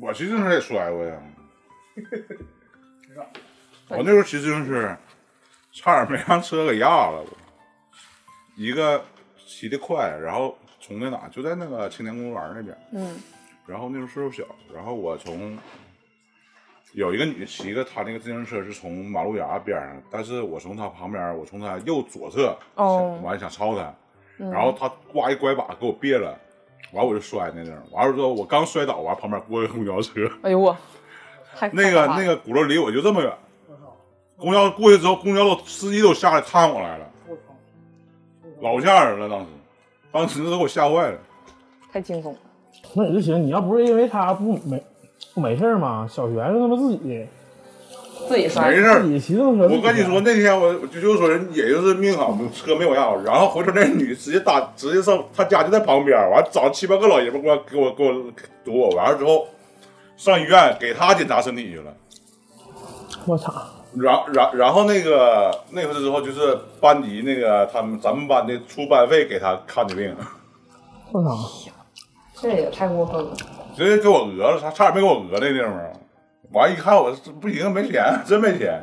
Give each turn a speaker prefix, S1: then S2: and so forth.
S1: 我骑自行车也摔过呀。
S2: 知道
S1: 我那时候骑自行车，差点没让车给压了。我一个骑得快，然后从那哪就在那个青年公园那边，
S3: 嗯，
S1: 然后那时候岁数小，然后我从有一个女骑个她那个自行车是从马路牙边上，但是我从她旁边，我从她右左侧，
S3: 哦
S1: 想完想超她，然后她呱一拐把给我别了，完我就摔那地儿，完了之后我刚摔倒，完旁边过一个公交车，
S3: 哎呦我，太
S1: 那个那
S3: 个，
S1: 个轱辘离我就这么远，
S2: 我操！
S1: 公交过去之后，公交的司机都下来看我来了，
S2: 我操！
S1: 老吓人了当时，当时都给我吓坏了。
S3: 太惊悚了。
S4: 那也就行。你要不是因为他不没不没事儿嘛，小学就他妈自己
S3: 自己摔
S1: 没，事儿
S4: 自，己骑自行车。
S1: 我跟你说，，那天我我就就说人，也就是命好，车没我压着。然后回头那女直接打，直接上她家就在旁边，完找七八个老爷们过来给我给我堵我，完了之后上医院给她检查身体去了。
S4: 我操，
S1: 然然然后那个那回之后就是班级那个他们咱们班的出班费给她看的病，
S4: 我操，
S3: 这也太过分了。
S1: 直接给我讹了，差差点没给我讹那地方。完一看我是不行，没钱，真没钱。